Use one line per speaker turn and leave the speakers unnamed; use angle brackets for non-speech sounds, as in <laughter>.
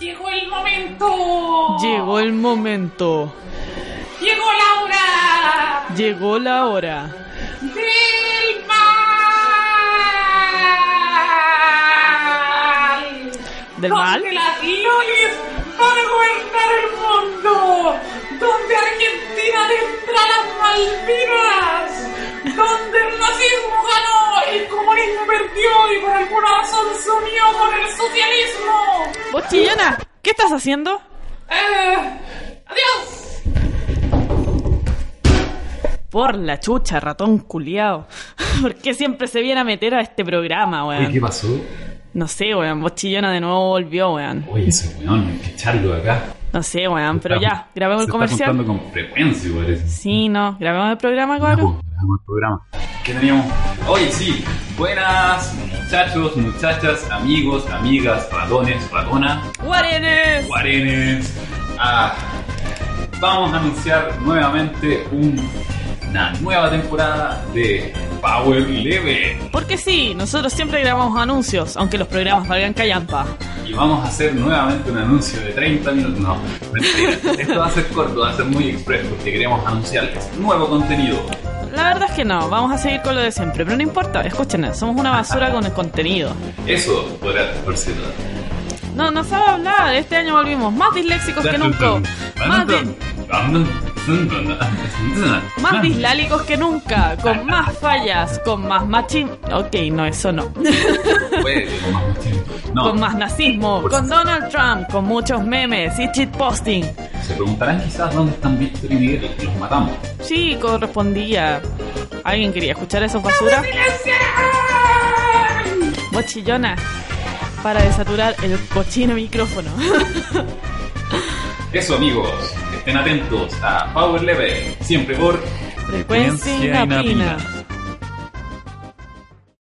Llegó el momento.
Llegó el momento.
Llegó la hora.
Llegó la hora.
Del mal.
¿Del
donde
mal?
las lolis van a gobernar el mundo. Donde Argentina tendrá las Malvinas. Donde el nazismo ganó, el comunismo perdió y por alguna razón se unió con el socialismo.
¿Vos, Chillana? ¿Qué estás haciendo?
Eh, adiós.
Por la chucha, ratón culiao. <laughs> ¿Por qué siempre se viene a meter a este programa,
Oye, ¿qué
weón?
pasó?
No sé, weón. Vos, Chillona, de nuevo volvió, weón.
Oye, ese weón, hay que echarlo de acá.
No sé, weón. Ah, Pero ya, grabemos el
Se está
comercial.
juntando con frecuencia, parece.
Sí, no. Grabemos el programa, cabrón.
No, grabamos el programa. ¿Qué teníamos? Oye, sí. Buenas, muchachos, muchachas, amigos, amigas, ratones, ratonas,
¡Guarenes!
guarenes. Ah, vamos a anunciar nuevamente un- una nueva temporada de Power Level.
Porque sí, nosotros siempre grabamos anuncios, aunque los programas valgan callampa.
Y vamos a hacer nuevamente un anuncio de 30 minutos. No, mentira. Esto va a ser corto, va a ser muy express porque queremos anunciarles nuevo contenido.
La verdad es que no, vamos a seguir con lo de siempre, pero no importa, escuchen, somos una basura con el contenido.
Eso podrá torcer.
No, no sabe hablar. Este año volvimos más disléxicos que nunca. Más, di- más dislálicos que nunca. Con más fallas. Con más machin. Ok, no, eso no.
Puede, con más machismo. No,
Con más nazismo. Con Donald Trump. Con muchos memes y cheat posting.
se preguntarán quizás dónde están Víctor y Miguel, que los matamos.
Sí, correspondía. ¿Alguien quería escuchar esos basura? Bochillona. Para desaturar el cochino micrófono.
Eso, amigos, estén atentos a Power Level, siempre por
Frecuencia inapina.